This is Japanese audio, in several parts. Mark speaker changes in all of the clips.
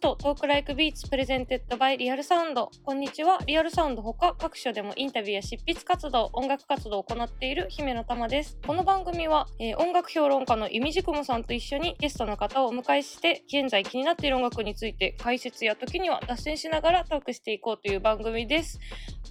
Speaker 1: トトークライクビーツプレゼンテッドバイリアルサウンドこんにちはリアルサウンドほか各所でもインタビューや執筆活動音楽活動を行っている姫の玉ですこの番組は、えー音楽評論家の弓じくもさんと一緒にゲストの方をお迎えして現在気になっている音楽について解説や時には脱線しながらトークしていこうという番組です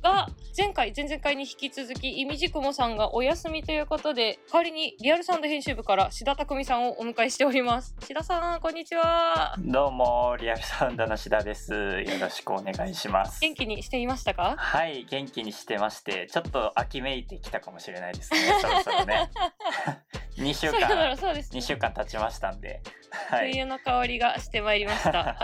Speaker 1: が前回前々回に引き続きいみじくもさんがお休みということで代わりにリアルサウンド編集部から志田匠さんをお迎えしております志田さんこんにちは
Speaker 2: どうもリアルサウンドの志田ですよろしくお願いします
Speaker 1: 元気にしていましたか
Speaker 2: はい元気にしてましてちょっと秋めいてきたかもしれな いですねそろそろね2週
Speaker 1: そうだろ
Speaker 2: 間
Speaker 1: うそうです、
Speaker 2: 2週間経ちましたんではい
Speaker 1: 冬の香りがしてまいりました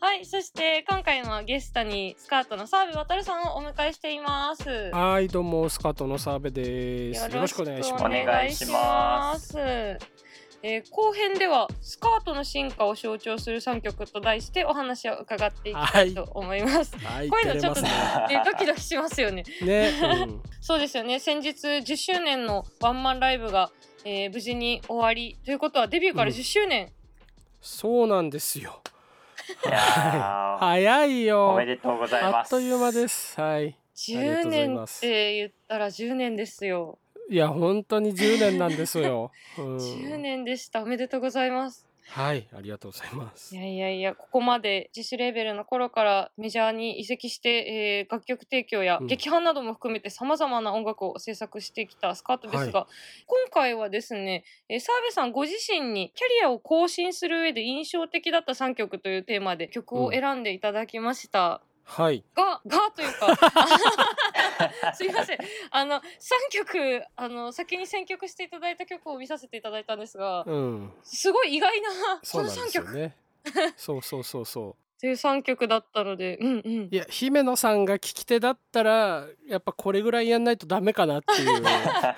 Speaker 1: はいそして今回のゲストにスカートの澤部渉さんをお迎えしています
Speaker 3: はい、どうもスカートの澤部です。よろしくお願いします。
Speaker 1: よろくお願いします。えー後編ではスカートの進化を象徴する3曲と題してお話を伺っていきたいと思います。
Speaker 3: はい、
Speaker 1: こういうのち
Speaker 3: 照れ
Speaker 1: ょっ
Speaker 3: ま
Speaker 1: と
Speaker 3: す
Speaker 1: ね
Speaker 3: ね。
Speaker 1: えドキドキしますよね。
Speaker 3: ね、
Speaker 1: そうですよね。先日10周年のワンマンライブが、えー無事に終わりということはデビューから10周年。
Speaker 3: そうなんですよ。
Speaker 2: いやー
Speaker 3: 早いよ。
Speaker 2: おめでとうござい
Speaker 3: あ
Speaker 2: ま
Speaker 3: っ
Speaker 2: す
Speaker 3: という 間です。はい。ありがと
Speaker 1: 10
Speaker 3: うござい
Speaker 1: 年っ
Speaker 3: ます
Speaker 1: て言ったら10年ですよ。
Speaker 3: いや、本当に10年なんですよ。うん、
Speaker 1: 10年でした。おめでとうございます。
Speaker 3: はい、ありがとうございます
Speaker 1: い。やいやいや、ここまで自主レーベルの頃からメジャーに移籍して、えー楽曲提供や
Speaker 3: うん
Speaker 1: 劇伴なども含めて様々な音楽を制作してきたスカートですが、今回はですね、えー、澤部さんご自身にキャリアを更新する上で印象的だった3曲というテーマで曲を選んでいただきました。
Speaker 3: はい。
Speaker 1: が、がという か、すいません。あの、3曲、あの、先に選曲していただいた曲を見させていただいたんですが、
Speaker 3: うん。
Speaker 1: すごい意外な、
Speaker 3: そ
Speaker 1: こ
Speaker 3: う
Speaker 1: の
Speaker 3: なんで
Speaker 1: 3
Speaker 3: すよ
Speaker 1: 曲
Speaker 3: ね。そうそうそうそう。
Speaker 1: っていう3曲だったので、うんうん
Speaker 3: い。や姫野さんが聞き手だったらやっぱこれぐらいやんないとダメかなっていうっ
Speaker 1: あ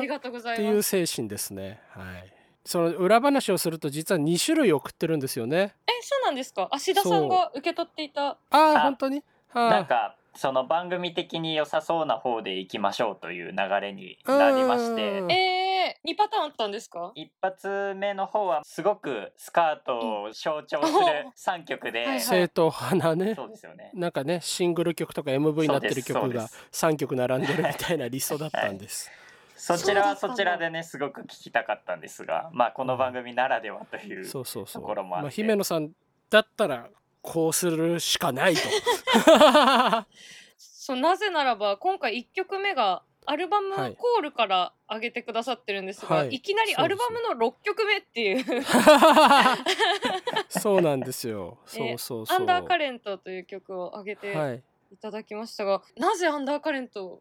Speaker 1: りがとうござい
Speaker 3: てい
Speaker 1: ま
Speaker 3: う
Speaker 1: す。
Speaker 3: 精神ですねはいその裏話をすると実は2種類送ってるんですよね
Speaker 1: え、そうなんですか。芦田さんが受け取っていた。
Speaker 3: あ
Speaker 2: あ
Speaker 3: あ本当には
Speaker 2: なん
Speaker 3: い
Speaker 2: かその番組的に良さそうな方で行きましょうという流れになりまして
Speaker 3: うん
Speaker 1: えー、2パターンあったんですか。
Speaker 2: 一発目の方はすごくスカートを象徴す
Speaker 1: うん
Speaker 2: る3曲で、
Speaker 1: はいはい
Speaker 3: 正統派なね
Speaker 2: そうですよね
Speaker 3: なんかねシングル曲とか MV になってる
Speaker 2: そ
Speaker 3: 曲
Speaker 2: うですそうで
Speaker 3: が
Speaker 2: す
Speaker 3: 3曲並んでるみたいな理想だったんです。
Speaker 2: そちらは
Speaker 1: そうだったんだ
Speaker 2: そちらでねすごく聞きたかったんですがまあこの番組ならではという
Speaker 3: そうそうそう。
Speaker 2: ところもあって
Speaker 3: まあ、姫野さんだったらこうするし かないと。
Speaker 1: そう、なぜならば、今回1曲目が。アルバム
Speaker 3: はい
Speaker 1: コールから上げてくださってるんですが、、
Speaker 3: はいい
Speaker 1: きなりアルバムの6曲目っていう
Speaker 3: そうなんですよ。そ
Speaker 1: え
Speaker 3: うそうそう。
Speaker 1: アンダーカレントという曲を上げ
Speaker 3: は
Speaker 1: て
Speaker 3: い。
Speaker 1: いただきましたが、なぜアンダーカレントを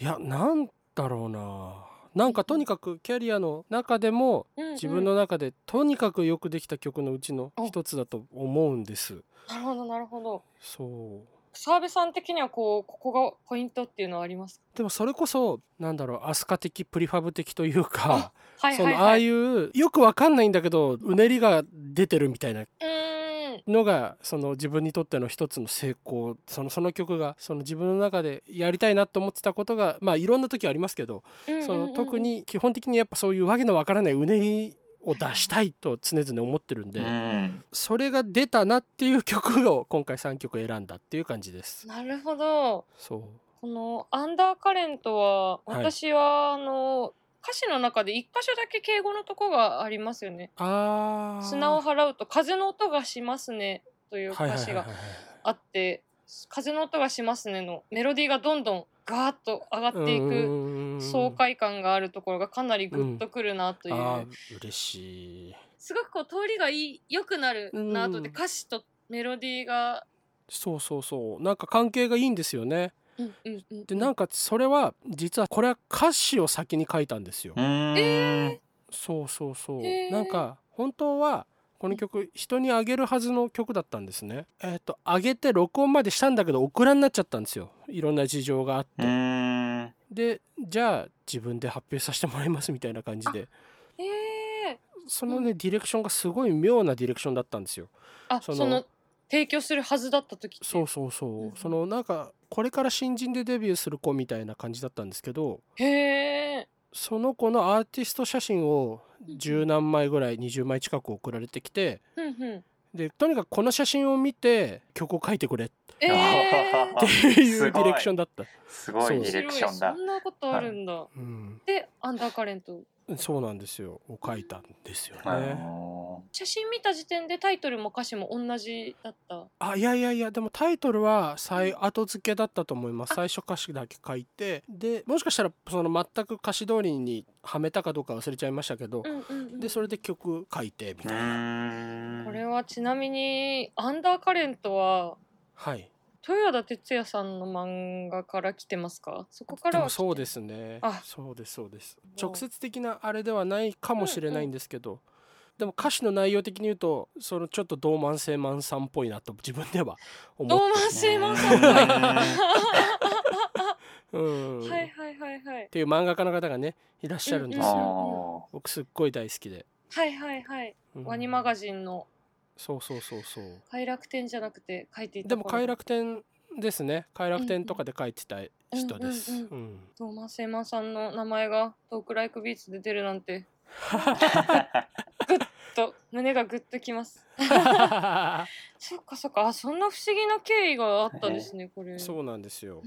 Speaker 3: いやなんだろうな。なんかとにかくキャリアの中でも
Speaker 1: うんうん
Speaker 3: 自分の中でとにかくよくできた曲のうちの一つだと思うんです。
Speaker 1: なるほどなるほど
Speaker 3: そう。
Speaker 1: 澤部さん的にはこうここがポイントっていうのはあります
Speaker 3: でもそれこそなんだろうアスカ的プリファブ的というか、
Speaker 1: かはい
Speaker 3: そ
Speaker 1: は
Speaker 3: の
Speaker 1: い
Speaker 3: ああ
Speaker 1: はい
Speaker 3: いううよくわかんないんだけどうねりが出てるみたいな
Speaker 1: ーん
Speaker 3: のがその自分にとっての一つの成功そのその曲がその自分の中でやりたいなと思ってたことがまあいろんな時はありますけど、
Speaker 1: うんうんうん
Speaker 3: その特に基本的にやっぱそういうわけのわからないうねりを出したいと常々思ってるんで、
Speaker 2: うん
Speaker 3: それが出たなっていう曲を今回3曲選んだっていう感じです。
Speaker 1: なるほど
Speaker 3: そ
Speaker 1: この「アンダーカレントは」
Speaker 3: はい
Speaker 1: 私は、あの歌詞の中で一箇所だけ敬語のとこがありますよね
Speaker 3: うあ
Speaker 1: 「
Speaker 3: ー
Speaker 1: 砂を払うと風の音がしますね」という
Speaker 3: はいは
Speaker 1: 歌
Speaker 3: いは
Speaker 1: 詞
Speaker 3: いはい
Speaker 1: があって「風の音がしますね」のメロディーがどんどんガーッと上がっていく
Speaker 3: く
Speaker 1: 爽快感があるところがかなりグッとくるなという、
Speaker 3: あー嬉しい
Speaker 1: すごくこう通りがいい良くなるなとで、
Speaker 3: うん
Speaker 1: 歌詞とメロディーが、
Speaker 3: そうそうそうなんか関係がいいんですよね
Speaker 1: うんうんうん、
Speaker 3: でなんかそれは実はこれは歌詞を先に書いたんですよ、
Speaker 2: うーん
Speaker 3: そうそうそう、
Speaker 1: へー
Speaker 3: なんか本当はこの曲人にあげるはずの曲だったんですねえっ、とあげて録音までしたんだけどオクラになっちゃったんですよいろんな事情があっ
Speaker 2: う
Speaker 3: て、
Speaker 2: ーん
Speaker 3: でじゃあ自分で発表させてもらいますみたいな感じで
Speaker 1: ええ
Speaker 3: そのね、ディレクションがすごい妙なディレクションだったんですよ
Speaker 1: あそ
Speaker 3: そ
Speaker 1: の
Speaker 3: の
Speaker 1: 提供するはずだった時って
Speaker 3: そうそうそう、
Speaker 1: うん
Speaker 3: そのなんかこれから新人でデビューする子みたいな感じだったんですけど
Speaker 1: へえ
Speaker 3: その子のアーティスト写真を十何枚ぐらい20枚近く送られてきて
Speaker 1: ふんふん
Speaker 3: でとにかくこの写真を見て曲を書いてく れっ
Speaker 1: えー
Speaker 2: あ
Speaker 3: ていう
Speaker 2: す
Speaker 3: デ
Speaker 2: ごい
Speaker 3: ィレクションだった、
Speaker 2: すごい
Speaker 3: そう
Speaker 2: ディレクションだ
Speaker 1: 面白いそんなことあるんだ、
Speaker 3: うん、
Speaker 1: でアンダーカレント
Speaker 3: そうなんですよを書いたんですよね、
Speaker 2: あの
Speaker 1: 写真見た時点でタイトルも歌詞も同じだった
Speaker 3: あいやいやいやでもタイトルは最後付けだったと思います最初歌詞だけ書いてでもしかしたらその全く歌詞通りにはめたかどうか忘れちゃいましたけど
Speaker 1: う、んうん、うん、
Speaker 3: でそれで曲書いてみ
Speaker 2: ーう
Speaker 3: たいな、
Speaker 2: ーん
Speaker 1: これはちなみにアンダーカレントは
Speaker 3: はい
Speaker 1: 豊田哲也さんの漫画から来てますかそこか
Speaker 3: で
Speaker 1: らは
Speaker 3: もそうですね
Speaker 1: あ
Speaker 3: そうですそうです直接的なあれではないかもしれないんですけど、でも歌詞の内容的に言うとそのちょっと同慢性満さんっぽいなと自分で は思
Speaker 1: ドー
Speaker 3: う、
Speaker 1: マンシーマンさん
Speaker 2: う
Speaker 1: はい
Speaker 3: うん
Speaker 1: はい
Speaker 3: っ
Speaker 1: はいはいはい
Speaker 3: ていう漫画家の方がねいらっしゃるんです
Speaker 2: ーん
Speaker 3: よ、
Speaker 2: あ
Speaker 3: 僕すっごい大好きで、
Speaker 1: はいはいはい
Speaker 3: うん
Speaker 1: ワニマガジンの
Speaker 3: そうそうそうそう
Speaker 1: 快楽天じゃなくて書いていた
Speaker 3: でも快楽天ですね快楽
Speaker 1: うんう
Speaker 3: 天
Speaker 1: ん
Speaker 3: とかで書いてた人です、
Speaker 1: うん
Speaker 3: うん
Speaker 1: ドーマンシーマンさんの名前がトークライクビーツで出るなんて
Speaker 2: ー
Speaker 1: と胸がグッときますそっかそっかあそんな不思議な経緯があったんですねこ れ
Speaker 3: そうなんですよ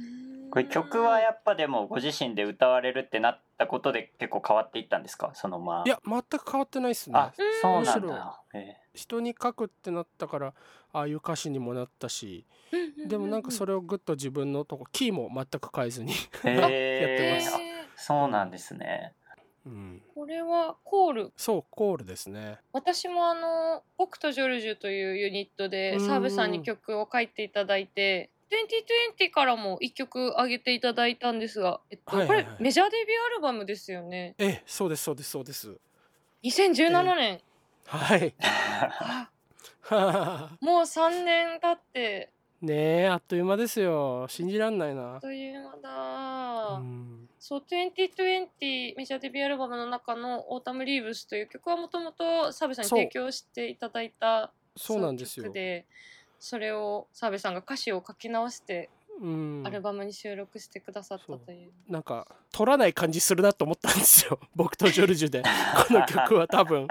Speaker 2: これ曲はやっぱでもご自身で歌われるってなったことで結構変わっていったんですかそのまあ
Speaker 3: いや全く変わってないですね
Speaker 2: あそうなん
Speaker 3: むし
Speaker 2: だ、え
Speaker 3: 人に書くってなったからああいう歌詞にもなったしでもなんかそ
Speaker 1: れ
Speaker 3: れをグッと自分のとこキーも全く変えずに、
Speaker 2: ー
Speaker 3: や
Speaker 2: え
Speaker 3: って
Speaker 2: ー
Speaker 3: ま
Speaker 2: そうなんですね
Speaker 3: うん、
Speaker 1: これはコール
Speaker 3: そうコールですね
Speaker 1: 私もあの「僕とジョルジュ」というユニットで
Speaker 3: うん
Speaker 1: 澤部さんに曲を書いていただいて2020からも1曲上げていただいたんですが、えっと
Speaker 3: はいはいはい
Speaker 1: これメジャーデビューアルバムですよね
Speaker 3: ええそうですそうですそうです
Speaker 1: 2017年、
Speaker 3: はい
Speaker 1: あもう3年経って
Speaker 3: ねえあっという間ですよ信じらんないな
Speaker 1: あっ、という間だ、
Speaker 3: うん、
Speaker 1: そう2020メジャーデビューアルバムの中の「オータム・リーブス」という曲はもともと澤部さんに
Speaker 3: そう
Speaker 1: 提供していただいた
Speaker 3: そうなんです
Speaker 1: 作
Speaker 3: よ
Speaker 1: 曲、でそれを澤部さんが歌詞を書き直して
Speaker 3: うん
Speaker 1: ア、ルバムに収録してくださったという、
Speaker 3: なんか取らない感じするなと思ったんですよ 僕とジョルジュでこの曲は多 分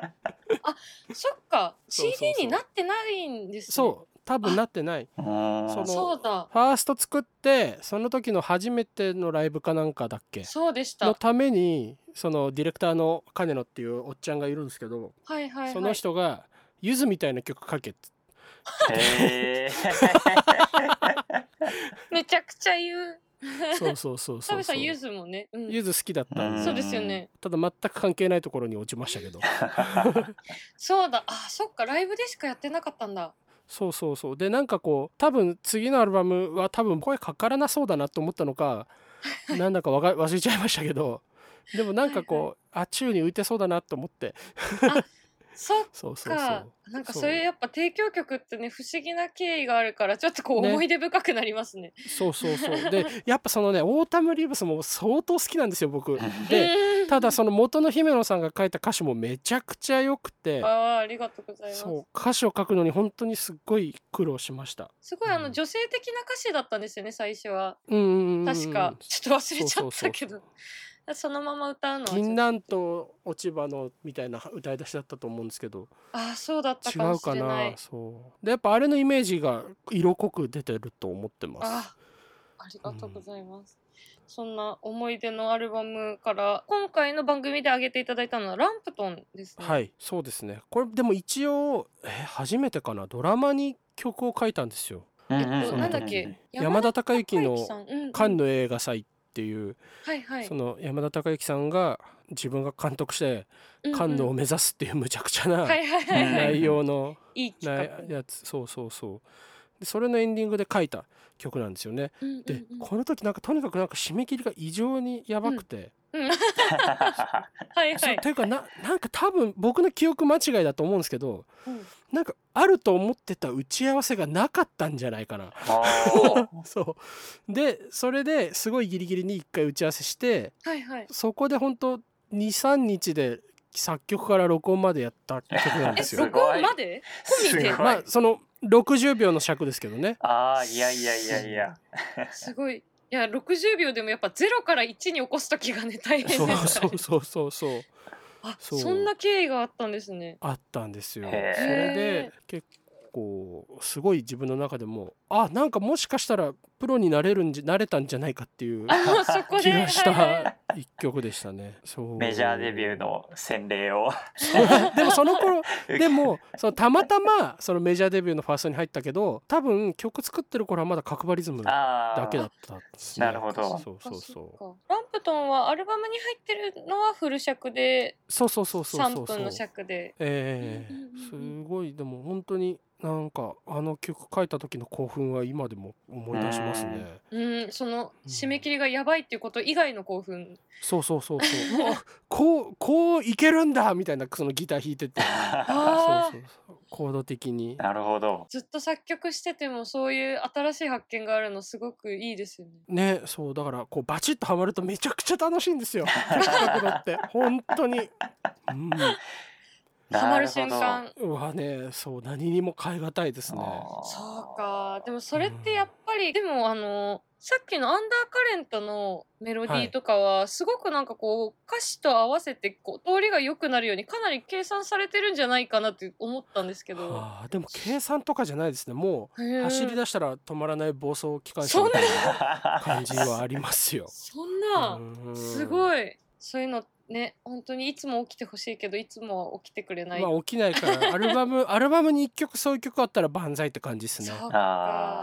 Speaker 1: そっか
Speaker 3: そうそうそう
Speaker 1: CD になってないんですね
Speaker 3: そう多分なってないう
Speaker 2: ーん
Speaker 3: その
Speaker 1: そうだ
Speaker 3: ファースト作ってその時の初めてのライブかなんかだっけ
Speaker 1: そうでした
Speaker 3: の
Speaker 1: は
Speaker 3: ためにそのディレクターの金野っていうおっちゃんがいるんですけど、
Speaker 1: いはいはい
Speaker 3: その人が「ゆずみたいな曲書け」 って
Speaker 2: へ
Speaker 1: めちゃくちゃ言う
Speaker 3: そうそうそう
Speaker 1: 澤部さ
Speaker 3: そうそうん
Speaker 1: ゆずもね、うん
Speaker 3: ゆず好きだったんで
Speaker 2: ん
Speaker 3: す
Speaker 1: そうですよね
Speaker 3: ただ全く関係ないところに落ちましたけど
Speaker 2: ー
Speaker 1: そうだあそっかライブでしかやってなかったんだ
Speaker 3: そうそうそうでなんかこう多分次のアルバムは多分声かからなそうだなと思った のかなんだかわか忘れちゃいましたけどでもなんかこう、
Speaker 1: はい
Speaker 3: あ宙に浮いてそうだなと思って
Speaker 1: そっ
Speaker 3: そうそうそ
Speaker 1: か
Speaker 3: う
Speaker 1: なんか
Speaker 3: そう
Speaker 1: そういうやっぱ提供曲ってね不思議な経緯があるからちょっとこう
Speaker 3: ね
Speaker 1: 思い出深くなりますね。
Speaker 3: そうそうそうでやっぱそのねオータム・リーブスも相当好きなんです よ僕で
Speaker 1: うん
Speaker 3: ただその元の姫野さんが書いた歌詞もめちゃくちゃ良くて
Speaker 1: ああありがとうございます。
Speaker 3: そう歌詞を書くのに本当にすっごい苦労しました
Speaker 1: すごいあの
Speaker 3: うん
Speaker 1: 女性的な歌詞だったんですよね最初は。
Speaker 3: うんうんうん
Speaker 1: 確かちょっと忘れちゃったけ
Speaker 3: そうそう
Speaker 1: どそのまま歌うのはちょっと
Speaker 3: 銀杏と落ち葉のみたいな歌い出しだったと思うんですけど
Speaker 1: ああそうだった
Speaker 3: 違
Speaker 1: かも
Speaker 3: う
Speaker 1: し
Speaker 3: か
Speaker 1: れな。
Speaker 3: ないそうでやっぱあれのイメージが色濃く出てると思ってま
Speaker 1: あ
Speaker 3: す
Speaker 1: ありがとうございます。そんな思い出のアルバムから今回の番組で挙げていただいたのはランプトンですね。、
Speaker 3: はいいそうですねこれでも一応、えー初めてかなドラマに曲を書いたんですよ
Speaker 2: うんうん
Speaker 1: えっ
Speaker 2: う
Speaker 1: と
Speaker 2: ん
Speaker 1: なんだっけ
Speaker 3: 山田孝之の
Speaker 1: さんうんうん
Speaker 3: カンヌ映画祭っていう、
Speaker 1: はいはい
Speaker 3: その山田孝之さんが自分が監督して
Speaker 1: うんうん
Speaker 3: カンヌを目指すっていうむちゃくちゃな
Speaker 1: はいはいはいはい。
Speaker 3: 内容の
Speaker 1: いい
Speaker 3: な
Speaker 1: 企画。
Speaker 3: やつそうそうそうでそれのエンディングで書いた曲なんですよね。
Speaker 1: うんうんうん
Speaker 3: で、この時なんかとにかくなんか締め切りが異常にやばくて、
Speaker 1: うんはい
Speaker 3: そ
Speaker 1: は
Speaker 3: う
Speaker 1: い。
Speaker 3: というかななんか多分僕の記憶間違いだと思うんですけど
Speaker 1: うん
Speaker 3: なんかあると思ってた打ち合わせがなかったんじゃないかな。
Speaker 2: おー
Speaker 3: そうでそれですごいギリギリに1回打ち合わせして
Speaker 1: はいはい。
Speaker 3: そこで本当23日で作曲から録音までやった曲なんで
Speaker 1: え、
Speaker 3: す
Speaker 2: ごい
Speaker 3: よ。
Speaker 1: 録音まです込みで。
Speaker 2: ごい
Speaker 3: まあその60秒の尺ですけど ね。
Speaker 2: あーいやいやいやいや
Speaker 1: すごい。いや、60秒でもやっぱ0から1に起こす時がね、大変ですか
Speaker 3: そう
Speaker 1: らね
Speaker 3: そうそうそうそう
Speaker 1: あ、
Speaker 3: そう
Speaker 1: そんな経緯があったんですね。
Speaker 3: あったんですよ。そ
Speaker 2: へー
Speaker 3: れで結こうすごい自分の中でもあなんかもしかしたらプロになれるんじゃなれたんじゃないかっていう
Speaker 1: あのそこ
Speaker 3: 気
Speaker 1: で
Speaker 3: がし
Speaker 1: はいはい
Speaker 3: た一曲でしたね。そう
Speaker 2: メジャーデビューの洗礼を
Speaker 3: でもその 頃でもそのたまたまそのメジャーデビューのファーストに入ったけど多分曲作ってる頃はまだ角張リズムだ
Speaker 2: ああ
Speaker 3: けだったんです
Speaker 2: なるほど
Speaker 3: そうそうそう
Speaker 1: うランプトンはアルバムに入ってるのはフル尺で
Speaker 3: そうそうそうそうそ
Speaker 1: 3
Speaker 3: うそう
Speaker 1: 分の尺で
Speaker 3: ええ
Speaker 1: うんうんうん
Speaker 3: すごいでも本当になんかあの曲書いた時の興奮は今でも思い出しますね
Speaker 1: うんその締め切りがやばいっていうこと以外の興奮
Speaker 3: そうそうそう そうあこうこういけるんだみたいなそのギター弾いてて
Speaker 1: あ
Speaker 3: そうそうそうコード的に
Speaker 2: なる ほど
Speaker 1: ずっと作曲しててもそういう新しい発見があるのすごくいいですよね
Speaker 3: ねそうだからこうバチッとハマるとめちゃくちゃ楽しいんですよ曲書くのって本当にうん
Speaker 1: ハマる
Speaker 2: な
Speaker 1: 瞬
Speaker 2: ほど
Speaker 1: 間
Speaker 3: うわねそう何にも変え難いですね
Speaker 2: あー
Speaker 1: そうかでもそれってやっぱり、でもあのさっきの「アンダーカレント」のメロディーとかは、すごくなんかこう歌詞と合わせてこう通りが良くなるようにかなり計算されてるんじゃないかなって思ったんですけど、
Speaker 3: はあでも計算とかじゃないですねもう
Speaker 1: へえ
Speaker 3: 走り出したら止まらない暴走機関車みたいな感じはありますよ。
Speaker 1: そんな、
Speaker 3: うん
Speaker 1: すごいそういうのね本当にいつも起きてほしいけどいつもは起きてくれない、
Speaker 3: まあ起きないからアル バムアルバムに一曲そういう曲あったら万歳って感じですね。
Speaker 1: そう
Speaker 2: あ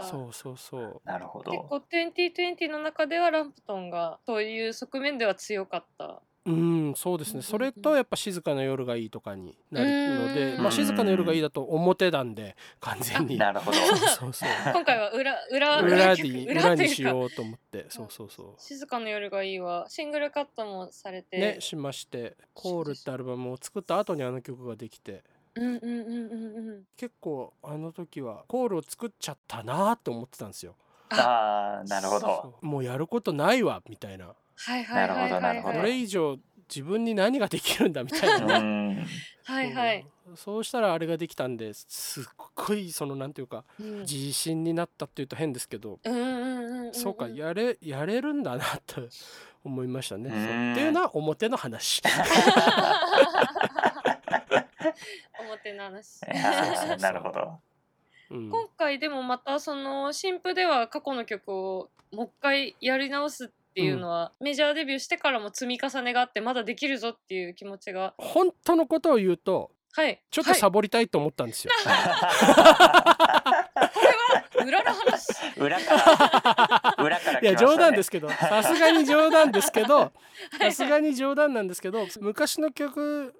Speaker 1: か
Speaker 2: ー
Speaker 3: そうそうそう。
Speaker 2: なるほ
Speaker 1: 結
Speaker 2: ど
Speaker 1: 構2020の中ではランプトンがそういう側面では強か った。
Speaker 3: うんそうですね。それとやっぱ静かな夜がいいとかになるので、
Speaker 1: うん
Speaker 3: まあ静かな夜がいいだと表なんで完全に。
Speaker 2: なるほど
Speaker 3: そう そう。
Speaker 1: 今回は裏裏
Speaker 3: 裏
Speaker 1: 曲
Speaker 3: に
Speaker 1: 裏
Speaker 3: 裏
Speaker 1: と
Speaker 3: に
Speaker 1: いう
Speaker 3: し
Speaker 1: か
Speaker 3: ようと思って、そうそうそう。
Speaker 1: 静かな夜がいいわシングルカットもされて、
Speaker 3: ねしまして「コール」ってアルバムを作った後にあの曲ができて
Speaker 1: うんうんうんうんうん
Speaker 3: 結構あの時は「コール」を作っちゃったなーって思ってたんですよ。
Speaker 2: ああなるほど
Speaker 3: そうもうやることないわみたいな
Speaker 1: はいはいはいはい
Speaker 2: な
Speaker 1: は
Speaker 2: る
Speaker 1: い
Speaker 2: ほどなる
Speaker 3: こ
Speaker 2: ほど
Speaker 3: れ以上自分に何ができるんだみた
Speaker 2: う
Speaker 3: いな。
Speaker 2: ん
Speaker 1: はいはい、
Speaker 3: そうそうしたらあれができたんですっごいそのなんていうか
Speaker 1: うん、うん
Speaker 3: 自信になったっていうと変ですけど、
Speaker 1: うんうんうん
Speaker 3: そうかやれやれるんだなと 思いましたね。そう
Speaker 2: うん
Speaker 3: っていうのは表の 話。
Speaker 1: 表の話
Speaker 2: いやーなるほど
Speaker 3: うん
Speaker 1: 今回でもまたその新譜では過去の曲をもう一回やり直すっていうのは、メジャーデビューしてからも積み重ねがあってまだできるぞっていう気持ちが
Speaker 3: 本当のことを言うと
Speaker 1: はい
Speaker 3: ちょっとサボりたいと思った んですよ。
Speaker 1: はい、裏の話
Speaker 2: 裏から裏から来ました、
Speaker 3: い
Speaker 2: ね、
Speaker 3: や冗談です けどさすがに冗談ですけどさすがに冗談なんですけど昔の曲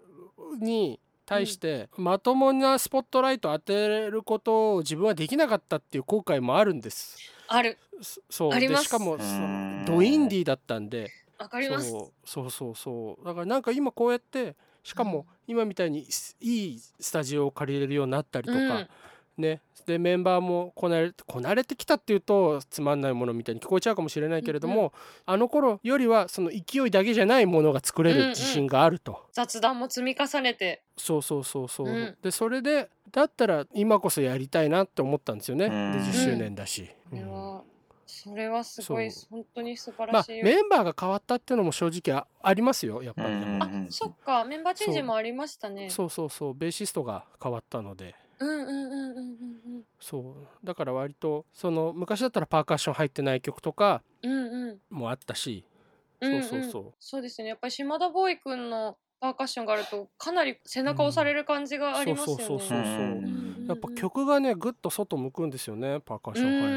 Speaker 3: に対してまともなスポットライト当てることを自分はできなかったっていう後悔もあるんです。
Speaker 1: ある
Speaker 3: そそう
Speaker 1: あり
Speaker 3: で
Speaker 1: ます
Speaker 3: しかも
Speaker 2: う
Speaker 3: そ
Speaker 2: ーん
Speaker 3: ドインディーだったんで
Speaker 1: わかります
Speaker 3: そうそうそうそうだからなんか今こうやってしかも今みたいにすいいスタジオを借りれるようになったりとか、
Speaker 1: うん
Speaker 3: ね、でメンバーもこなれこなれてきたっていうとつまんないものみたいに聞こえちゃうかもしれないけれど
Speaker 1: う
Speaker 3: も、
Speaker 1: ん
Speaker 3: あの頃よりはその勢いだけじゃないものが作れ
Speaker 1: うんうん
Speaker 3: る自信があると、
Speaker 1: 雑談も積み重ねて
Speaker 3: そうそうそうそう、
Speaker 1: うん
Speaker 3: でそれでだったら今こそやりたいなって思ったんですよね、
Speaker 2: うん
Speaker 3: で10周年だし、
Speaker 1: それ
Speaker 3: うん
Speaker 1: は、それはすごい
Speaker 3: そ
Speaker 1: 本当に素晴
Speaker 3: ま
Speaker 1: ら
Speaker 3: あ
Speaker 1: しいよ、
Speaker 3: メンバーが変わったっていうのも正直あありますよやっぱりでも
Speaker 2: うん
Speaker 1: あそっかメンバーチェンジ
Speaker 3: そう
Speaker 1: もありましたね
Speaker 3: そうそうそうベーシストが変わったので
Speaker 1: うんうんうんうんうん
Speaker 3: そうだから割とその昔だったらパーカッション入ってない曲とか
Speaker 1: うんうんうん
Speaker 3: もあったし
Speaker 1: うんん
Speaker 3: そうそうそう
Speaker 1: そうですねやっぱり島田ボーイくんのパーカッションがあるとかなり背中押される感じがありますよね、
Speaker 3: そうそうそうそう
Speaker 1: うんうんうん
Speaker 3: やっぱ曲がねぐっと外向くんですよねパーカッション
Speaker 2: う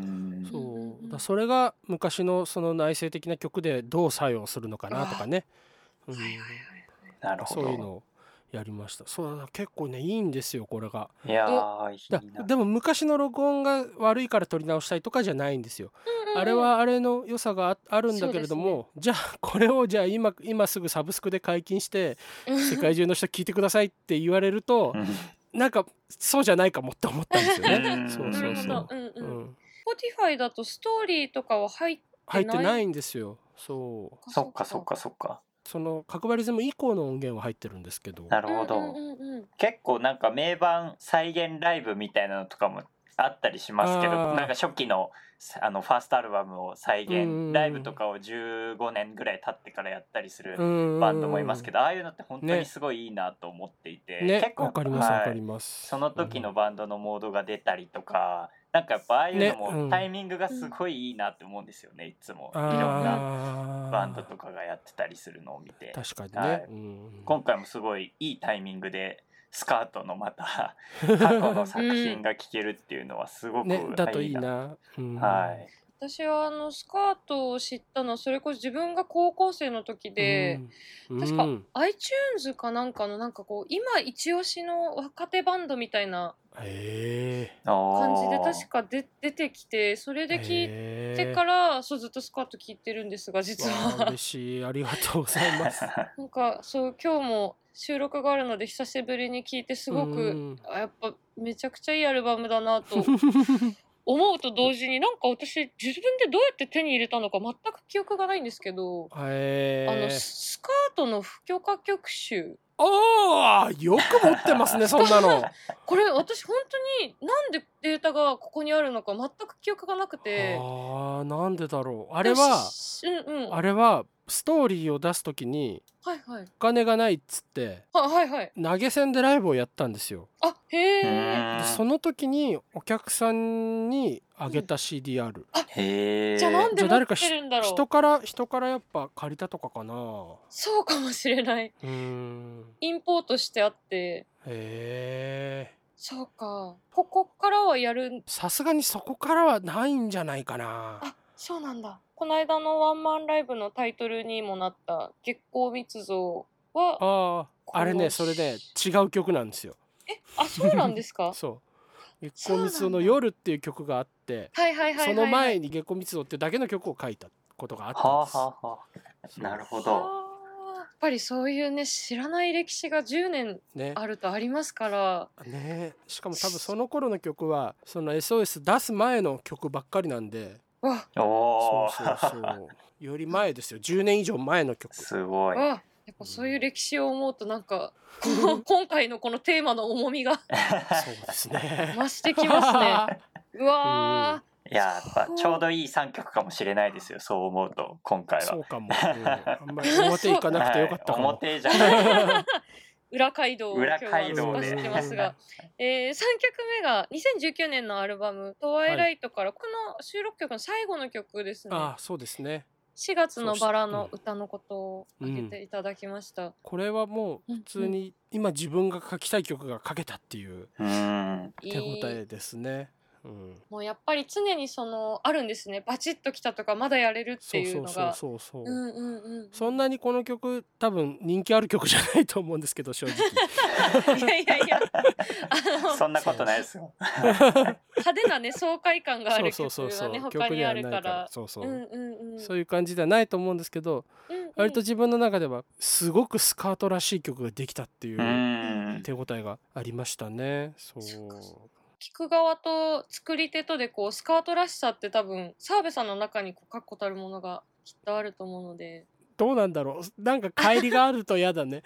Speaker 2: ん
Speaker 3: ると。
Speaker 1: うんうん
Speaker 3: そうだからそれが昔のその内省的な曲でどう作用するのかなとかね、うん
Speaker 1: はいはいはい
Speaker 2: なるほ
Speaker 3: そ
Speaker 2: ど
Speaker 3: ういうのをやりましたそうだから結構ねいいんですよこれが
Speaker 2: いやーい
Speaker 3: だ
Speaker 2: いな
Speaker 3: でも昔の録音が悪いから撮り直したいとかじゃないんですよ、
Speaker 1: うんうん
Speaker 3: あれはあれの良さがああるんだけれども、じゃあこれをじゃあ今今すぐサブスクで解禁して
Speaker 1: うん
Speaker 3: 世界中の人聞いてくださいって言われると
Speaker 2: う、ん
Speaker 3: なんかそうじゃないかもって思ったんですよね。
Speaker 2: うん
Speaker 3: そう
Speaker 1: な
Speaker 3: そ
Speaker 1: る
Speaker 3: う
Speaker 1: ほ
Speaker 3: そ
Speaker 1: ど
Speaker 3: う、
Speaker 1: うんう
Speaker 3: うんん、
Speaker 1: Spotify だとストーリーとかは入って
Speaker 3: 入って
Speaker 1: な
Speaker 3: ないいんですよ。そう
Speaker 2: そっかそっかそっか
Speaker 3: その角張りズム以降の音源は入ってるんですけど
Speaker 2: なるほど、
Speaker 1: うんうんうんうん
Speaker 2: 結構なんか名盤再現ライブみたいなのとかもあったりしますけ
Speaker 3: あ
Speaker 2: ど
Speaker 3: ー
Speaker 2: なんか初期のあのファーストアルバムを再
Speaker 3: うんうんうん
Speaker 2: 現ライブとかを15年ぐらい経ってからやったりする
Speaker 3: バ
Speaker 2: バンドもいますけ
Speaker 3: ど、
Speaker 2: どああいうのって本当
Speaker 3: ね
Speaker 2: にすごいいいなと思っていて、
Speaker 3: ね
Speaker 2: 結、構
Speaker 3: わかりますわ
Speaker 2: はい
Speaker 3: かります。
Speaker 2: その時のバンドのモードが出たりとか、なんかやっぱああいうの
Speaker 3: ねう
Speaker 2: も
Speaker 3: ん
Speaker 2: タイミングがすごいいいなって思うんですよね、いつもい
Speaker 3: うん
Speaker 2: ろんな
Speaker 3: あー
Speaker 2: バンドとかがやってたりするのを見て
Speaker 3: 確かに
Speaker 2: は
Speaker 3: ね
Speaker 2: い。
Speaker 3: うん
Speaker 2: 今回もすごいいいタイミングでスカートのまた 過去の作品が聴けるっていうのはすごく
Speaker 3: ねだといい
Speaker 2: は
Speaker 3: な。うん
Speaker 2: はい。
Speaker 1: 私はあのスカートを知ったのはそれこそ自分が高校生の時で、
Speaker 3: うん、
Speaker 1: 確か
Speaker 3: うん
Speaker 1: iTunes かなんかのなんかこう今一押しの若手バンドみたいな
Speaker 3: へえ。。
Speaker 2: 感
Speaker 1: 感じで確かで出てきてそれで聞いてかららそうずっとスカート聞いてるんですが実
Speaker 3: わあ
Speaker 1: は
Speaker 3: 嬉しいありがとうございます。
Speaker 1: なんかそう今日も収録があるので久しぶりに聞いて すご
Speaker 3: う
Speaker 1: く
Speaker 3: ん
Speaker 1: あやっぱめちゃくちゃいいアルバムだな と思うと同時になんか私自分でどうやって手に入れたのか全く記憶がないんですけど。
Speaker 3: へ
Speaker 1: あの
Speaker 3: え。
Speaker 1: スカートの不許可曲集
Speaker 3: ああよく持ってますねそんな の。
Speaker 1: これ私本当になんでデータがここにあるのか全く記憶がなくて
Speaker 3: ああなんでだろうあ
Speaker 1: あ
Speaker 3: れは
Speaker 1: うんうん
Speaker 3: あれはストーリーを出すときに
Speaker 1: はいはい
Speaker 3: お金がないっつって
Speaker 1: ははいはい
Speaker 3: 投げ銭でライブをやったんですよ。
Speaker 1: あへえ
Speaker 3: で
Speaker 2: か
Speaker 3: その時にお客さんにあげた CDR、
Speaker 2: へえ
Speaker 1: じゃあなんで
Speaker 3: じゃあ
Speaker 1: 持っ
Speaker 3: 誰か
Speaker 1: てるんだろう
Speaker 3: 人から人からやっぱ借りたとかかなう
Speaker 1: そうかもしれない
Speaker 3: ーん
Speaker 1: インポートしてあって
Speaker 3: へえ
Speaker 1: そうかここからはやるん
Speaker 3: さすがにそこからはないんじゃないかな
Speaker 1: あそうなんだこの間のワンマンライブのタイトルにもなった「月光密造は」
Speaker 3: あああれね
Speaker 1: こ
Speaker 3: そ
Speaker 1: の
Speaker 3: れね違う曲なんですよ
Speaker 1: あそうなんです か
Speaker 3: そう「月
Speaker 1: そう
Speaker 3: 光
Speaker 1: なんだ
Speaker 3: 密度の夜」っていう曲があって
Speaker 1: はいはいはいはい、はい、
Speaker 3: その前に「月光密度」ってだけの曲を書いたことがあっ
Speaker 2: はあは
Speaker 3: た
Speaker 2: あは
Speaker 3: んです
Speaker 2: あなるほど
Speaker 1: はあやっぱりそういうね知らない歴史が10年
Speaker 3: ね
Speaker 1: あるとありますから
Speaker 3: ねしかも多分その頃の曲はその SOS 出す前の曲ばっかりなんで
Speaker 1: わ
Speaker 2: お
Speaker 3: そ
Speaker 2: お
Speaker 3: うそうそうより前 ですよ10年以上前の 曲
Speaker 2: すごい
Speaker 1: わやっぱそういう歴史を思うとなんかこの 今回のこのテーマの重み が
Speaker 3: そうですね
Speaker 1: 増してきます ね。うわ
Speaker 2: いややっぱちょうどいい三曲かもしれないですよそう思うと今回は
Speaker 3: そうかも、うんあんまり表行かなくてよかったか
Speaker 2: はい、
Speaker 3: も、
Speaker 2: 表じゃない
Speaker 1: ー裏街道を今
Speaker 2: 裏
Speaker 1: 日は
Speaker 2: 街道
Speaker 1: 突
Speaker 2: で
Speaker 1: っ走ってます が、えー、3曲目が2019年のアルバム「トワイライト」からこの収録曲の最後の曲ですね
Speaker 3: ああそうですね
Speaker 1: 4月のバラの歌のことを挙げていただきました、
Speaker 3: これはもう普通に今自分が書きたい曲が書けたっていう
Speaker 2: うん
Speaker 1: い
Speaker 3: 手応
Speaker 1: い
Speaker 3: えですね、うん、
Speaker 1: もうやっぱり常にそのあるんですねバチッときたとかまだやれるって
Speaker 3: そう
Speaker 1: いうの
Speaker 3: そうそう
Speaker 1: が
Speaker 3: そうそう、
Speaker 1: うんうんうん
Speaker 3: そんなにこの曲多分人気ある曲じゃないと思うんですけ ど正直
Speaker 1: いやいやいやあの
Speaker 2: そんなことないですよ
Speaker 1: 派手なね爽快感がある
Speaker 3: そう
Speaker 1: 曲
Speaker 3: そう
Speaker 1: が
Speaker 3: そうそ
Speaker 1: ね
Speaker 3: う
Speaker 1: 他にあるから
Speaker 3: そうそうう、
Speaker 1: んうんうん
Speaker 3: そういう感じではないと思うんですけど、
Speaker 1: うんうん
Speaker 3: 割と自分の中ではすごくスカートらしい曲ができたっていううん手応えがありましたね。そう
Speaker 1: そっかそ聞く側と作り手とでこうスカートらしさって多分澤部さんの中にこう確固たるものがきっとあると思うの で
Speaker 3: どうなんだろうなんか帰りがあると嫌 だね。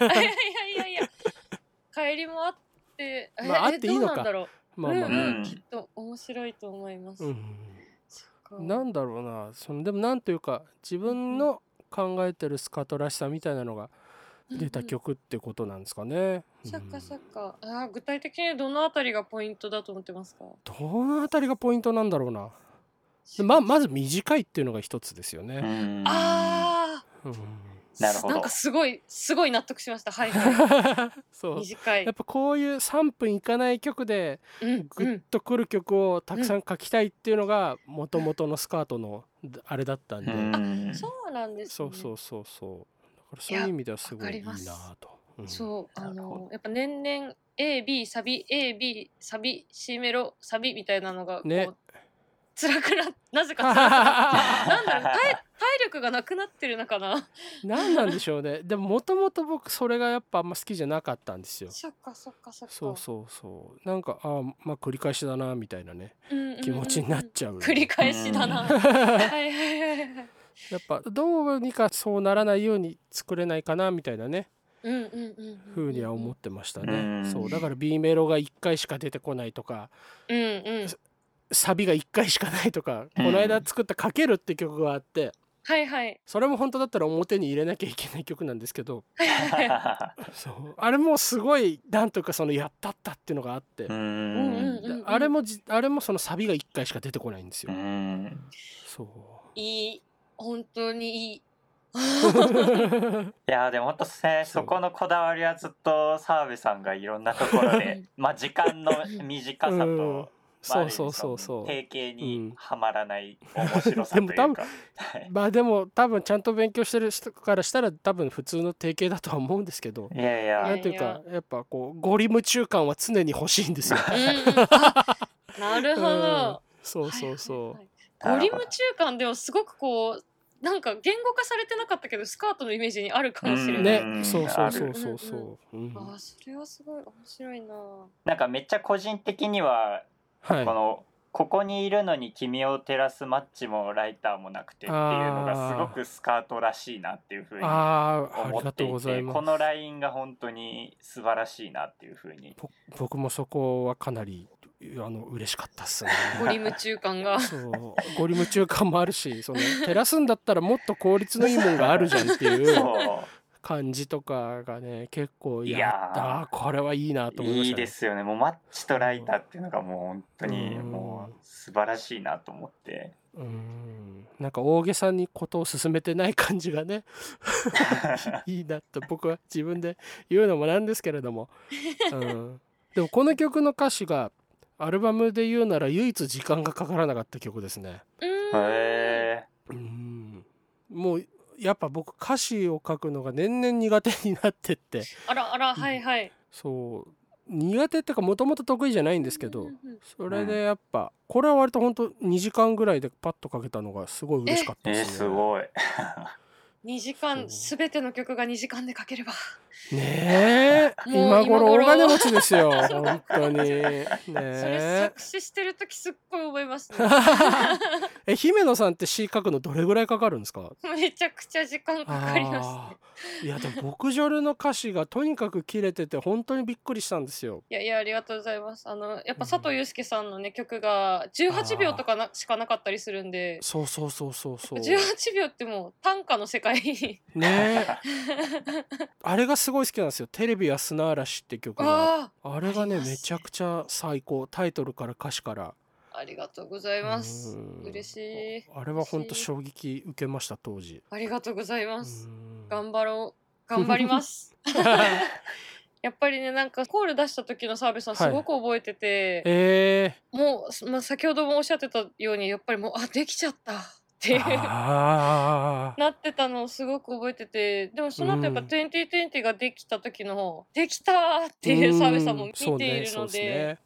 Speaker 1: いやいやいやいや帰りもあってえ
Speaker 3: まあ
Speaker 1: え
Speaker 3: あっていいの
Speaker 1: ど
Speaker 3: か
Speaker 1: うなんだろう
Speaker 3: まあまあ、
Speaker 1: う
Speaker 3: ま
Speaker 1: ん
Speaker 3: あ
Speaker 1: うん、きっと面白いと思います、
Speaker 3: うん、
Speaker 1: そっか
Speaker 3: なんだろうなそのでもなんというか自分の考えてるスカートらしさみたいなのが出た曲ってことなんですかね。うん
Speaker 1: そっかそっか。あー具体的にどのあたりがポイントだと思ってますか。
Speaker 3: どのあたりがポイントなんだろう な。でままず短いっていうのが一つですよね。
Speaker 1: あ
Speaker 3: うん、
Speaker 1: あ、
Speaker 2: なるほど
Speaker 1: なんかすごいすごい納得しました。はい はい。
Speaker 3: そう
Speaker 1: 短い
Speaker 3: やっ。ぱこういう3分いかない曲で
Speaker 1: うん
Speaker 3: グ
Speaker 1: う
Speaker 3: ッ
Speaker 1: ん。
Speaker 3: とくる曲をたくさん書きたいっていうのがもともとのスカートのあれだったんで、
Speaker 2: うん
Speaker 1: そうなんです、ね。
Speaker 3: そうそうそうそうだからそういう意味ではすごいいいなと。うん
Speaker 1: そうあ
Speaker 2: なるほ
Speaker 1: のやっぱ年々 A B サビ A B サビ C メロサビみたいなのがこう、
Speaker 3: ね
Speaker 1: 辛くな なぜか辛くなっ てなんだろう体体力がなくなってるのかな。
Speaker 3: 何なんでしょうねでももともと僕それがやっぱあんま好きじゃなかったんですよ。
Speaker 1: そっかそっかそっか。
Speaker 3: そうそうそうなんかあーまあ繰り返しだなみたいなね
Speaker 1: うんうんうんうん
Speaker 3: 気持ちになっちゃう、
Speaker 1: 繰り返しだな。
Speaker 2: う
Speaker 1: はいはいはいはい。
Speaker 3: やっぱどうにかそうならないように作れないかなみたいなね
Speaker 1: うんうんうんうん
Speaker 3: ふうには思ってました
Speaker 2: う
Speaker 3: ね。
Speaker 2: ん
Speaker 3: そうだから B メロが1回しか出てこないとか
Speaker 1: うんうん
Speaker 3: サビが1回しかないとかこの間作った「かける」って曲があって
Speaker 1: はい はい
Speaker 3: それも本当だったら表に入れなきゃいけない曲なんですけど
Speaker 1: はいはいはい
Speaker 3: そうあれもすごいなんというかそのやったったっていうのがあって
Speaker 1: う
Speaker 2: う
Speaker 1: んうん
Speaker 2: ん
Speaker 1: うんうん
Speaker 3: あれもじあれもそのサビが1回しか出てこないんです
Speaker 2: う
Speaker 3: よ。
Speaker 2: ん
Speaker 3: そう
Speaker 1: いい本当にいい
Speaker 2: いやーでも本当ね
Speaker 3: そう
Speaker 2: そこのこだわりはずっと澤部さんがいろんなところで まあ時間の短さ
Speaker 3: うん
Speaker 2: と、まああ
Speaker 3: そう
Speaker 2: る意味
Speaker 3: そうそう
Speaker 2: その
Speaker 3: そう。
Speaker 2: 定型
Speaker 3: うん
Speaker 2: にはまらない面白さというか、
Speaker 3: でも多
Speaker 2: はい
Speaker 3: まあでも多分ちゃんと勉強してる人からしたら多分普通の定型だとは思うんですけど
Speaker 2: いやい
Speaker 1: は
Speaker 2: や
Speaker 3: なんていうかやっぱこうゴリ夢中感は常に欲しいんですよ。
Speaker 1: うんうんあなるほど
Speaker 3: そうそうそう。
Speaker 1: ゴリム中間ではすごくこうなんか言語化されてなかったけどスカートのイメージにあるかもしれない、
Speaker 3: ね
Speaker 2: う、ん
Speaker 3: そうそうそうそうそう。うん
Speaker 1: あーそれはすごい面白いな
Speaker 2: なんかめっちゃ個人的には
Speaker 3: は
Speaker 2: こ
Speaker 3: い。
Speaker 2: のここにいるのに君を照らすマッチもライターもなくてっていうのがすごくスカートらしいなっていうふうに
Speaker 3: あああ
Speaker 2: 思
Speaker 3: りが
Speaker 2: って
Speaker 3: とう
Speaker 2: い
Speaker 3: ござ
Speaker 2: て
Speaker 3: い
Speaker 2: こ
Speaker 3: ます。
Speaker 2: のラインが本当に素晴らしいなっていうふうに
Speaker 3: ぼ僕もそこはかなりあの嬉しかったっすね。
Speaker 1: ゴリム中間が
Speaker 3: そうゴリ夢中感もあるしその照らすんだったらもっと効率のいいもんがあるじゃんっていう
Speaker 2: そ
Speaker 3: 感じとかがね結構
Speaker 2: い
Speaker 3: い
Speaker 2: やー
Speaker 3: やったーこれはいいなと
Speaker 2: う
Speaker 3: 思いま
Speaker 2: い
Speaker 3: し
Speaker 2: い
Speaker 3: たね
Speaker 2: ですよねもうマッチとライターっていうのがもう本当に
Speaker 3: うん
Speaker 2: もう素晴らしいなと思って
Speaker 3: うーんなんか大げさにことを進めてない感じがね いいなと僕は自分で言うのもなんですけれども、うん、でもこの曲の歌詞がアルバムで言うなら唯一時間がかからなかった曲ですね。
Speaker 1: うーん
Speaker 2: へ
Speaker 3: うんもうやっぱ僕歌詞を書くのが年々苦手になってって
Speaker 1: あらあらはいはい
Speaker 3: そう苦手っていうかもともと得意じゃないんですけ
Speaker 1: う
Speaker 3: ど
Speaker 1: んうんうん
Speaker 3: それでやっぱこれは割とほんと2時間ぐらいでパッと書けたのがすごい嬉しかった
Speaker 2: ええ
Speaker 3: で
Speaker 2: ー
Speaker 3: す
Speaker 2: す
Speaker 3: ね。
Speaker 2: ごい
Speaker 1: 2時間
Speaker 3: そ
Speaker 1: すべての曲が2時間で書ければ
Speaker 3: ねえ
Speaker 1: もう
Speaker 3: 今
Speaker 1: 今
Speaker 3: 頃
Speaker 1: 頃
Speaker 3: 大金持ちで すよ本当にね
Speaker 1: それ
Speaker 3: え
Speaker 1: 作詞してる時すっごい覚えます ね
Speaker 3: え姫野さんって詩書くのどれぐらいかかるんですか
Speaker 1: めちゃくちゃ時間かかりますね
Speaker 3: あーいやでも僕ジョルの歌詞がとにかく切れてて本当にびっくりしたんですよ。
Speaker 1: いやいやありがとうございますあのやっ
Speaker 3: うん
Speaker 1: ぱ佐藤祐介さんのね曲が18秒とかなしかなかったりするんで
Speaker 3: そうそうそうそうそう。
Speaker 1: 18秒ってもう短歌の世界 に
Speaker 3: ねえあれがすごい好きなんですよ「テレビは砂嵐」って曲が
Speaker 1: あ
Speaker 3: あれが
Speaker 1: あ
Speaker 3: ね
Speaker 1: りますね
Speaker 3: めちゃくちゃ最高タイトルから歌詞から
Speaker 1: あありがとうございます
Speaker 3: うん
Speaker 1: 嬉しい
Speaker 3: あれは本当衝撃受けました当時
Speaker 1: ありがとうございます
Speaker 3: うん
Speaker 1: 頑張ろう頑張ります やっぱりねなんかコール出した時の澤部さん
Speaker 3: はい
Speaker 1: すごく覚えて て、
Speaker 3: え
Speaker 1: もう、まあ、先ほどもおっしゃってたようにやっぱりもうあできちゃったって
Speaker 3: ー、あー
Speaker 1: なってたのをすごく覚えててでもその後やっぱ
Speaker 3: うん
Speaker 1: 2020ができた時のできたっていう澤部さんも見ている
Speaker 3: うんそうねそう
Speaker 1: の
Speaker 3: です
Speaker 1: で
Speaker 3: ね
Speaker 1: やっ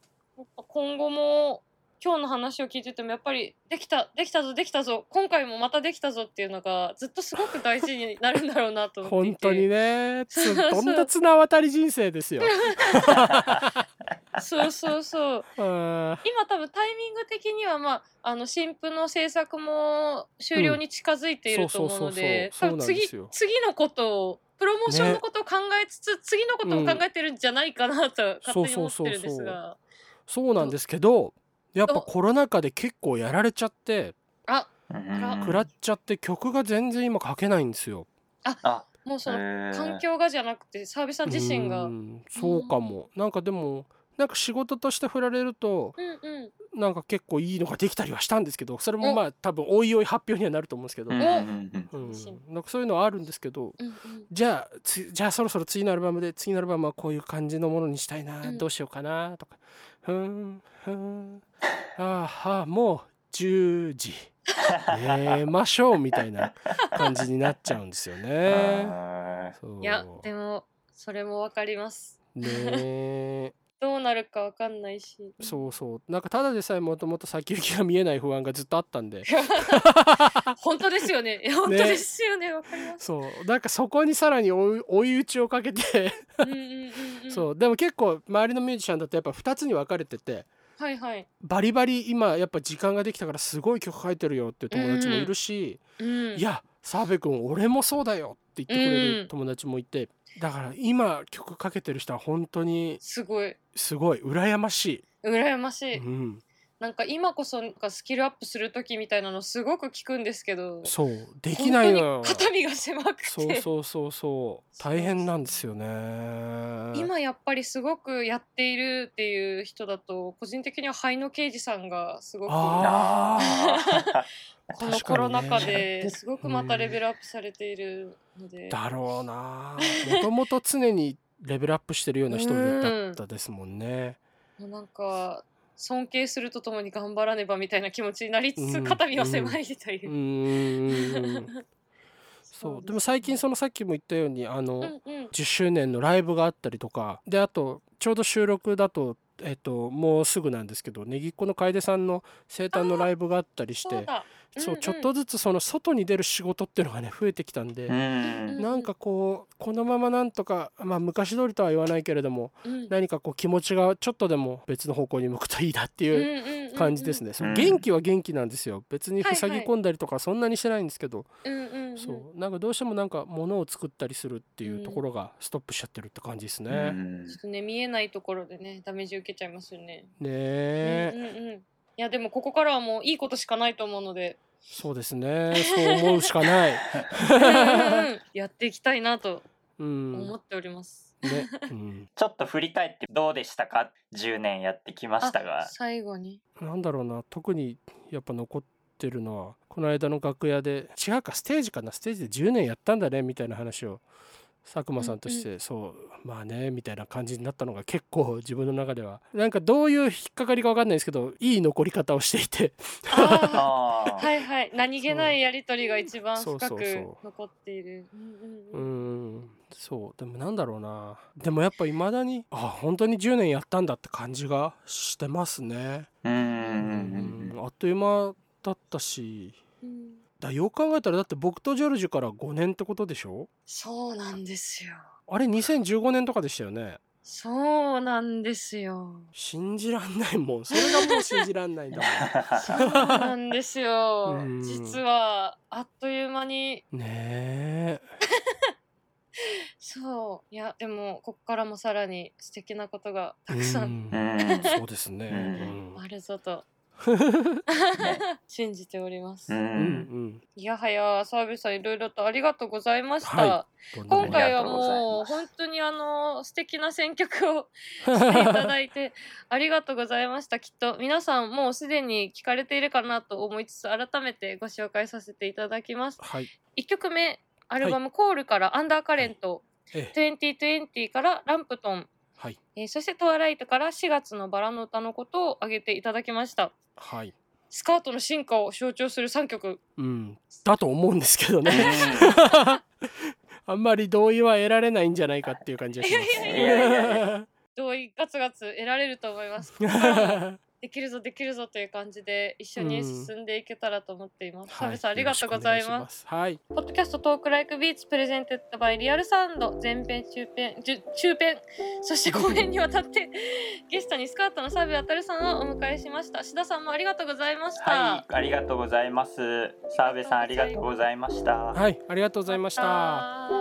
Speaker 1: ぱ今後も今日の話を聞いててもやっぱりできたできたぞできたぞ今回もまたできたぞっていうのがずっとすごく大事になるんだろうなと思ってい
Speaker 3: 本
Speaker 1: て
Speaker 3: 当にね
Speaker 1: そう
Speaker 3: つ
Speaker 1: そう
Speaker 3: どんな綱渡り人生ですよ。
Speaker 1: そうそうそう
Speaker 3: うん
Speaker 1: 今多分タイミング的にはまああの新婦の制作も終了に近づいていると思うので
Speaker 3: うんそ
Speaker 1: 多
Speaker 3: うそうそ
Speaker 1: 分
Speaker 3: うそうそうなんで
Speaker 1: 次
Speaker 3: すよ
Speaker 1: 次のことをプロモーションのことを考えつつ、次のことを考えてるんじゃないかなと勝手に思ってるんです
Speaker 3: そうそうそう
Speaker 1: が、
Speaker 3: そうなんですけどやっぱコロナ禍で結構やられちゃって
Speaker 1: あ
Speaker 2: うん
Speaker 3: 食らっちゃって曲が全然今書けないんですよ。
Speaker 2: あ
Speaker 1: もうその
Speaker 2: へー
Speaker 1: 環境がじゃなくてサービスさん自身が、う
Speaker 3: う
Speaker 1: ん
Speaker 3: んそうかもなんかでもなんか仕事として振られると
Speaker 1: うん、
Speaker 3: なんか結構いいのができたりはしたんですけどそれも
Speaker 1: お
Speaker 3: まあ多分おいおい発表にはなると思うんですけど、
Speaker 2: う
Speaker 3: う
Speaker 2: う
Speaker 3: ん
Speaker 2: んんうん
Speaker 1: 楽し
Speaker 3: なんかそういうのはあるんですけど
Speaker 1: うんうん、
Speaker 3: じゃあつじゃあそろそろ次のアルバムで次のアルバムはこういう感じのものにしたいな、
Speaker 1: うん
Speaker 3: どうしようかなとかふーんふーんあーはーもう10時 寝ましょうみたいな感じになっちゃうんです よね。
Speaker 2: あ
Speaker 3: そう
Speaker 1: いやでもそれもわかります
Speaker 3: ねえ
Speaker 1: どうなるかわかんないし
Speaker 3: そうそうなんかただでさえもともと先行きが見えない不安がずっとあったんで
Speaker 1: 本当ですよね いや本当ですよねわ、かります
Speaker 3: そうなんかそこにさらに追い追い打ちをかけて
Speaker 1: うんうんうん、うん、
Speaker 3: そうでも結構周りのミュージシャンだとやっぱ2つに分かれてて
Speaker 1: はいはい
Speaker 3: バリバリ今やっぱ時間ができたからすごい曲書いてるよっていう友達もいるし、
Speaker 1: うん
Speaker 3: いや澤部君俺もそうだよって言ってくれる友達もいて、だから今曲かけてる人は本当に
Speaker 1: すごい
Speaker 3: すごい羨まし
Speaker 1: 羨まし
Speaker 3: い、
Speaker 1: い、
Speaker 3: うん、
Speaker 1: なんか今こそなんかスキルアップする時みたいなのすごく聞くんですけど
Speaker 3: そうできないの
Speaker 1: 本
Speaker 3: よ
Speaker 1: 当に肩身が狭くて
Speaker 3: そうそうそうそう大変なんですよね
Speaker 1: 今やっぱりすごくやっているっていう人だと個人的には灰野刑事さんがすごくこ
Speaker 3: あ
Speaker 2: あ
Speaker 1: のコロナ禍
Speaker 3: 確かにね
Speaker 1: ですごくまたレベルアップされているので、
Speaker 3: だろうなもともと常にレベルアップしてるような人だったですもんね、
Speaker 1: もうなんか尊敬するとともに頑張らねばみたいな気持ちになりつ
Speaker 3: う
Speaker 1: つ
Speaker 3: ん
Speaker 1: 肩身は狭いというう、
Speaker 3: んうんうんうんそうでも最近そのさっきも言ったようにあ
Speaker 1: う
Speaker 3: の、
Speaker 1: んうん
Speaker 3: 10周年のライブがあったりとかであとちょうど収録だと、えっと、もうすぐなんですけどねぎっこの楓さんの生誕のライブがあったりし
Speaker 1: そう
Speaker 3: て
Speaker 1: だ
Speaker 3: そう
Speaker 1: うんうん
Speaker 3: ちょっとずつその外に出る仕事っていうのがね増えてきたんで
Speaker 2: ーう。ん
Speaker 3: なんかこうこのままなんとか、まあ、昔通りとは言わないけれども
Speaker 1: うん
Speaker 3: 何かこう気持ちがちょっとでも別の方向に向くといいなって
Speaker 1: う
Speaker 3: いう
Speaker 1: ん
Speaker 3: 感じですね、そう
Speaker 2: うん
Speaker 3: 元気は元気なんですよ別
Speaker 1: は
Speaker 3: に
Speaker 1: いは
Speaker 3: ふ
Speaker 1: い
Speaker 3: さぎ込んだりとかそんなにしてないんですけど、
Speaker 1: うんうんうん
Speaker 3: そうなんかどうしてもなんか物を作ったりするっていうところがストップしちゃってるって感じです
Speaker 2: う
Speaker 3: ね。
Speaker 2: ん
Speaker 1: ちょっとね見えないところでねダメージ受けちゃいますよね。
Speaker 3: ねえ、
Speaker 1: うんうんうん、いやでもここからはもういいことしかないと思うの で、
Speaker 3: そうですねそう思うしかない。
Speaker 1: うんうんうんやっていきたいなと
Speaker 3: うん
Speaker 1: 思
Speaker 3: ね
Speaker 1: っております。
Speaker 3: うん、
Speaker 2: ちょっと振り返ってどうでしたか10年やってきました
Speaker 1: あ
Speaker 2: が
Speaker 1: 最後に
Speaker 3: なんだろうな特にやっぱ残ってるのはこの間の楽屋で違うかステージかなステージで10年やったんだねみたいな話を佐久間さんとして、そうまあねみたいな感じになったのが結構自分の中ではなんかどういう引っかかりか分かんないですけどいい残り方をしていて
Speaker 1: あ
Speaker 2: あ
Speaker 1: ー
Speaker 2: ー
Speaker 1: はいはい何気ないやりとりが一番
Speaker 3: そう
Speaker 1: 深
Speaker 3: そう
Speaker 1: く
Speaker 3: そうそう
Speaker 1: 残っている。うん
Speaker 3: う
Speaker 1: うんうん
Speaker 3: んそうでもなんだろうなでもやっぱいまだにあ本当に10年やったんだって感じがしてますね、
Speaker 2: うん
Speaker 3: うんあっという間だったし
Speaker 1: うん
Speaker 3: だよう考えたらだって僕とジョルジュから5年ってことでしょ
Speaker 1: そうなんですよ。
Speaker 3: あれ2015年とかでしたよね
Speaker 1: そうなんです よ。
Speaker 3: 信じらんないもんそれがもう信じらんないんだ
Speaker 1: そうなんですよ
Speaker 3: う。ん
Speaker 1: 実はあっという間に
Speaker 3: もんねえ、
Speaker 1: そういやでもこっからもさらに素敵なことがたくさん
Speaker 2: うんん
Speaker 3: そうですね、
Speaker 2: うん
Speaker 1: あるぞと信じております、
Speaker 3: うんうん
Speaker 1: いやはや澤部さんいろいろとありがとうございました、
Speaker 3: はどんどん
Speaker 1: 今回は
Speaker 2: ありがとうござい
Speaker 1: もう
Speaker 2: ます
Speaker 1: 本当にあの素敵な選曲 をしていただいてありがとうございましたきっと皆さんもうすでに聞かれているかなと思いつつ改めてご紹介させていただきます
Speaker 3: はい
Speaker 1: 1曲目アルバム「コール」から「アンダーカレント」
Speaker 3: ええ
Speaker 1: 2020から「ランプトン」
Speaker 3: はい
Speaker 1: えーそして「トワライト」から4月のバラの歌のことを挙げていただきました
Speaker 3: はい
Speaker 1: スカートの進化を象徴する3曲
Speaker 3: うんだと思うんですけどね
Speaker 2: うん
Speaker 3: あんまり同意は得られないんじゃないかっていう感じがします。
Speaker 2: いやいやい
Speaker 1: 同意ガツガツ得られると思い ますできるぞできるぞという感じで一緒に進んでいけたらと思っていますサ
Speaker 3: は
Speaker 1: ブさんありがとうござい
Speaker 3: よろしくお願
Speaker 1: ます
Speaker 3: す。はい、
Speaker 1: ポッドキャストトークライクビーツプレゼンテッドバイリアルサウンド前編中編じゅ中編そして後編にわたって ゲストにスカートのサビアタルさんをお迎えしました志田さんもありがとうございました、
Speaker 2: はい、ありがとうございます。澤部さん、ありがとうございました。
Speaker 3: はい、ありがとうございました。
Speaker 1: また